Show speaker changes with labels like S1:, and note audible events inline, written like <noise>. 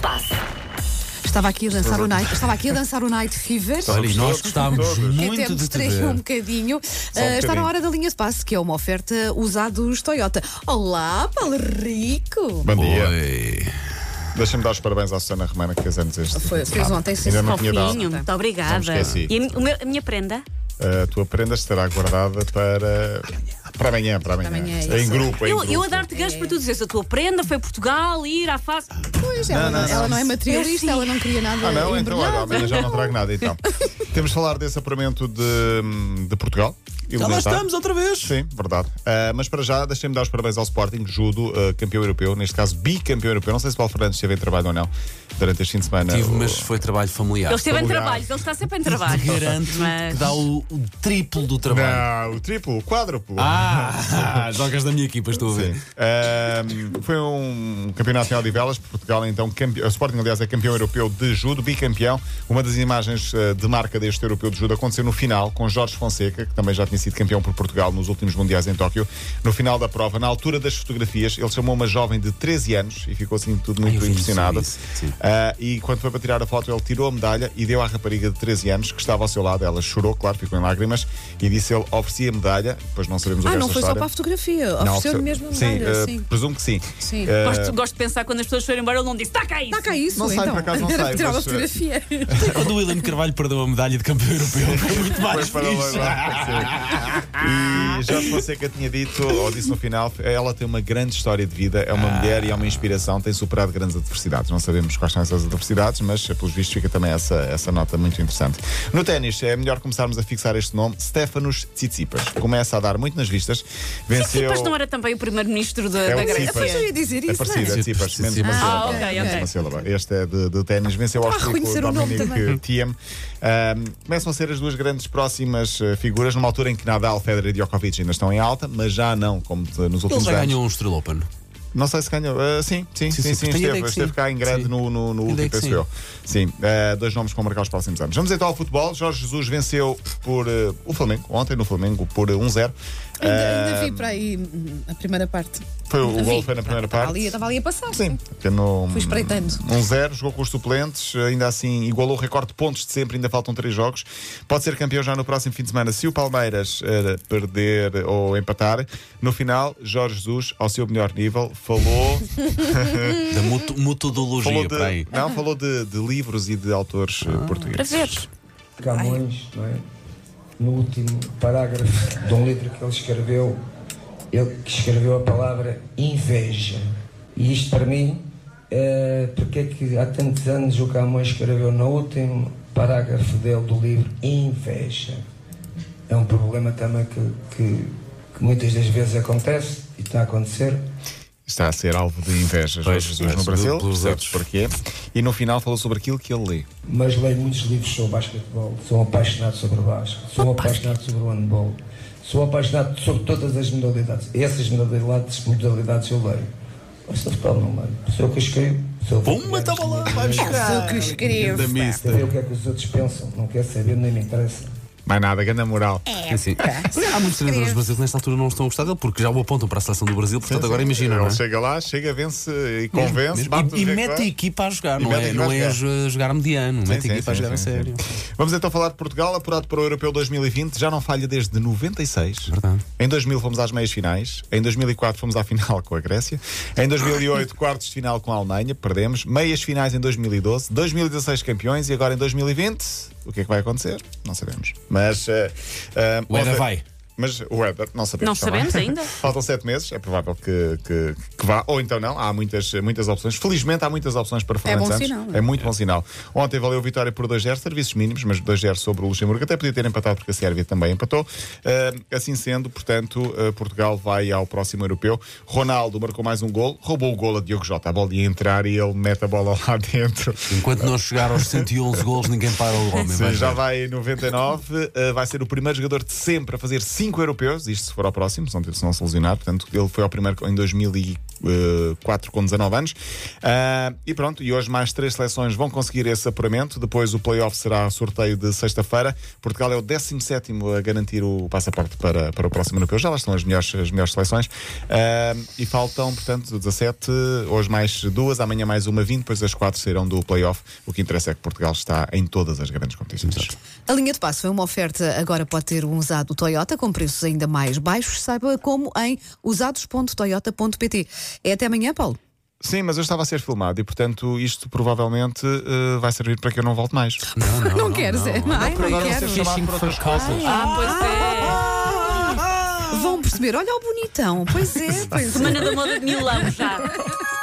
S1: passa?
S2: Estava aqui a dançar o night, estava aqui a dançar o night fever.
S3: Então, Olha, e nós
S4: todos,
S3: gostávamos
S4: todos.
S2: Até me
S3: muito de te
S2: distraí um
S3: ver.
S2: bocadinho. Ah, está
S4: um bocadinho.
S2: na hora da linha de passe, que é uma oferta usados Toyota. Olá, Paulo Rico!
S4: Bom dia.
S3: Oi.
S4: Deixa-me dar os parabéns à Susana Romana que fez anos este.
S2: Foi, fez ontem, sim,
S4: Ainda
S2: sim.
S4: não tinha dado.
S1: Fofinho, muito
S4: Não
S1: obrigada.
S4: me esqueci.
S1: E a, mi- o meu- a minha prenda?
S4: A tua prenda estará guardada para. Para amanhã, para amanhã.
S2: amanhã, é
S4: em
S2: isso.
S4: grupo, em
S1: Eu,
S4: grupo.
S1: eu a dar-te gancho para tu dizeres. A tua prenda foi a Portugal, ir à face.
S2: Pois, ela não, ela não é materialista,
S1: Eu sim.
S2: ela não queria nada
S4: Ah, não? Então, olha,
S2: embrulhado.
S4: amanhã já não trago nada, então. Temos de falar desse apuramento de, de Portugal.
S3: Já lá
S4: elementar.
S3: estamos outra vez.
S4: Sim, verdade. Ah, mas para já, deixem-me dar os parabéns ao Sporting, judo, ah, campeão europeu, neste caso bicampeão europeu. Não sei se o Paulo Fernandes esteve em trabalho ou não durante este fim de semana.
S3: Tive,
S4: O-
S3: mas foi trabalho familiar.
S1: Ele esteve em
S4: lugar.
S1: trabalho, ele está sempre em
S3: <laughs>
S1: trabalho.
S3: Garanto
S1: Mas-
S3: que dá o, o triplo do trabalho.
S4: Não, Ah, o triplo, o quádruplo.
S3: Ah, <laughs> jogas da minha equipa, estou a
S4: Sim.
S3: ver.
S4: Ahm, foi um campeonato nacional de velas. Portugal, então, campe... o Sporting, aliás, é campeão europeu de judo, bicampeão. Uma das imagens eh, de marca deste europeu de judo aconteceu no final, com Jorge Fonseca, que também já tinha sido campeão por Portugal nos últimos mundiais em Tóquio. No final da prova, na altura das fotografias, ele chamou uma jovem de 13 anos e ficou assim tudo
S3: eu vi
S4: muito
S3: isso,
S4: impressionado.
S3: eu vi isso, sim.
S4: Ah, e quando foi para tirar a foto, ele tirou a medalha e deu à rapariga de 13 anos que estava ao seu lado. Ela chorou, claro, ficou em lágrimas e disse ele oferecia a medalha. Depois não sabemos o
S2: Ah,
S4: resto
S2: não
S4: da
S2: foi só
S4: história.
S2: para a fotografia,
S4: Não,
S2: ofereceu-lhe
S4: ofereceu-
S2: mesmo a
S4: sim,
S2: medalha.
S4: eh,
S2: Sim,
S4: presumo que sim. Eh,
S2: sim.
S1: Gosto, gosto de pensar quando as pessoas foram embora, ele não disse: está Tá cá isso.
S2: Está cá isso,
S4: não sei,
S2: então.
S4: por acaso
S2: <laughs>
S4: não
S2: Era
S4: sei,
S2: tirar uma
S4: mas, eh,
S2: fotografia.
S3: Quando o William Carvalho perdeu a medalha de campeão europeu, foi muito mais
S4: Foi para
S3: fixe.
S4: lá, <laughs> E Jorge Fonseca tinha dito, ou disse no final, ela tem uma grande história de vida, é uma mulher e é uma inspiração, tem superado grandes adversidades. Não sabemos quais são essas adversidades, mas pelos vistos fica também essa, essa nota muito interessante. No ténis, é melhor começarmos a fixar este nome, Stefanos Tsitsipas. Começa a dar muito nas vistas, venceu...
S1: Mas não
S2: é
S1: era também o primeiro-ministro da,
S4: É o
S1: da
S4: Tsipras.
S2: Pois eu
S1: Grécia.
S2: ia dizer
S4: É
S2: isso, não
S4: parecido, é
S2: é?
S4: Tsipas, menos uma
S3: Ah,
S4: sílaba.
S1: ok,
S4: Menos
S1: ok.
S4: uma sílaba. Este é de, de ténis, venceu ao
S2: Estava a Ah, reconhecer
S4: austríaco
S2: o nome
S4: Dominic
S2: também.
S4: Thiem. Ahm, começam a ser as duas grandes próximas eh, figuras, numa altura em que Nadal, Federer e Djokovic ainda estão em alta, mas já não, como de- nos
S3: Ele
S4: últimos
S3: já
S4: anos.
S3: ganhou um Estrela Open.
S4: Não sei se ganhou. Ah, sim, sim,
S3: Sim, sim, porque
S4: sim, sim,
S3: tem
S4: esteve,
S3: ideia que
S4: esteve
S3: sim.
S4: cá em grande
S3: Sim.
S4: no, no, no
S3: Tem ideia
S4: último,
S3: que
S4: penso
S3: sim.
S4: eu. Sim, ah, dois nomes que vão marcar os próximos anos. Vamos então ao futebol. Jorge Jesus venceu por eh, o Flamengo, ontem no Flamengo, por eh, 1-0.
S2: Ainda,
S4: Ah,
S2: ainda vi para aí hum, a primeira parte.
S4: Foi o
S2: Vi.
S4: gol foi na primeira
S2: Estava
S4: parte.
S2: ali- Estava ali a passar.
S4: Sim, no,
S2: Fui espreitando.
S4: Um zero, jogou com os suplentes, ainda assim igualou o recorde de pontos de sempre, ainda faltam três jogos. Pode ser campeão já no próximo fim de semana se o Palmeiras eh, perder ou empatar. No final, Jorge Jesus, ao seu melhor nível,
S3: <laughs>
S4: falou,
S3: Da meto- metodologia,
S4: falou,
S3: para aí. Ah.
S4: de, não, falou de, de livros e de autores eh, portugueses.
S1: Para ver.
S5: Camões, não é? No último parágrafo de um livro que ele escreveu, ele que escreveu a palavra inveja. E isto para mim, eh, porque é que há tantos anos o Camões escreveu no último parágrafo dele do livro inveja? É um problema também que, que, que muitas das vezes acontece e está a acontecer.
S4: Está a ser alvo de inveja
S3: Pois,
S4: Jorge Jesus
S3: pois,
S4: no Brasil,
S3: pelos
S4: sabes
S3: outros.
S4: porquê? E no final falou sobre aquilo que ele lê.
S5: mas leio muitos livros sobre basquetebol. Sou um apaixonado sobre basquete, sou um apaixonado sobre o handball, sou um apaixonado sobre todas as modalidades. Essas modalidades, modalidades eu leio. Mas sou futebol não leio. Sou o que escrevo, sou o que
S3: Pumba, então,
S5: escrevo.
S3: estava lá, vai buscar.
S2: o que escrevo,
S3: Da
S2: pá.
S3: mista.
S5: Saber o que é que os outros pensam, não quer saber, nem me interessa.
S4: Mais nada, grande moral.
S3: Sim, sim. Há muitos treinadores brasileiros que nesta altura não estão a gostar dele porque já o apontam para a seleção do Brasil, portanto agora imagina, não
S4: Ele
S3: é?
S4: chega lá, chega, vence e convence,
S3: Mesmo.
S4: bate
S3: E,
S4: os
S3: e mete a
S4: recordes.
S3: equipa a jogar,
S4: E
S3: não
S4: mete
S3: é,
S4: a equipa
S3: não
S4: a
S3: é
S4: jogar.
S3: jo- jogar mediano, mete
S4: Sim,
S3: a
S4: sim,
S3: equipa a
S4: sim,
S3: jogar a
S4: sim,
S3: sério.
S4: sim. Vamos então falar de Portugal, apurado para o Europeu 2020, já não falha desde 96.
S3: Verdade.
S4: Em 2000 fomos às meias finais, em 2004 fomos à final com a Grécia, em 2008 quartos de final com a Alemanha, perdemos, meias finais em 2012, 2016 campeões e agora em 2020, o que é que vai acontecer? Não sabemos. Mas eh, eh,
S3: O Éder
S4: ontem-
S3: vai.
S4: Mas o Éder, não sabemos.
S1: Não
S4: também.
S1: sabemos
S4: <laughs>
S1: ainda.
S4: Faltam sete meses, é provável que, que, que vá, ou então não, há muitas, muitas opções. Felizmente há muitas opções para Fernando
S2: bom
S4: Santos.
S2: sinal, não é?
S4: É muito bom sinal. Ontem valeu vitória por 2-0, serviços mínimos, mas 2-0 sobre o Luxemburgo. Até podia ter empatado porque a Sérvia também empatou. Ah, assim sendo, portanto, ah, Portugal vai ao próximo europeu. Ronaldo marcou mais um gol, roubou o gol a Diogo Jota. A bola ia entrar e ele mete a bola lá <laughs> dentro.
S3: Enquanto nós chegar aos 111 gols, ninguém para o homem.
S4: Sim,
S3: vai
S4: já
S3: ver.
S4: vai em 99, eh, vai ser o primeiro jogador de sempre a fazer 5 europeus, isto se for ao próximo, se não, se não se lesionar, portanto, ele foi ao primeiro em 2004 eh, quatro com 19 anos. Ah, e pronto, e hoje mais três seleções vão conseguir esse apuramento. Depois o playoff será sorteio de sexta-feira. Portugal é o 17 a garantir o passaporte para, para o próximo europeu. Já lá estão as melhores, as melhores seleções. Ah, e faltam, portanto, 17, hoje mais duas, amanhã mais uma, 20, depois as quatro sairão do playoff. O que interessa é que Portugal está em todas as grandes competições.
S2: A linha de passo é uma oferta, agora pode ter um usado Toyota com preços ainda mais baixos. Saiba como em usados.toyota.pt. É até amanhã, Paulo.
S4: Sim, mas eu estava a ser filmado e, portanto, isto provavelmente eh, vai servir para que eu não volte mais.
S3: Não, não,
S2: Não, queres, é? Ai,
S4: por
S2: não
S4: agora não
S2: quero.
S4: sei Chamado
S3: Fishing
S4: por
S3: for
S4: outras
S3: couples.
S1: Ah, pois é.
S2: Vão perceber, olha o bonitão. Pois é, pois é.
S1: Semana da moda de Milão já.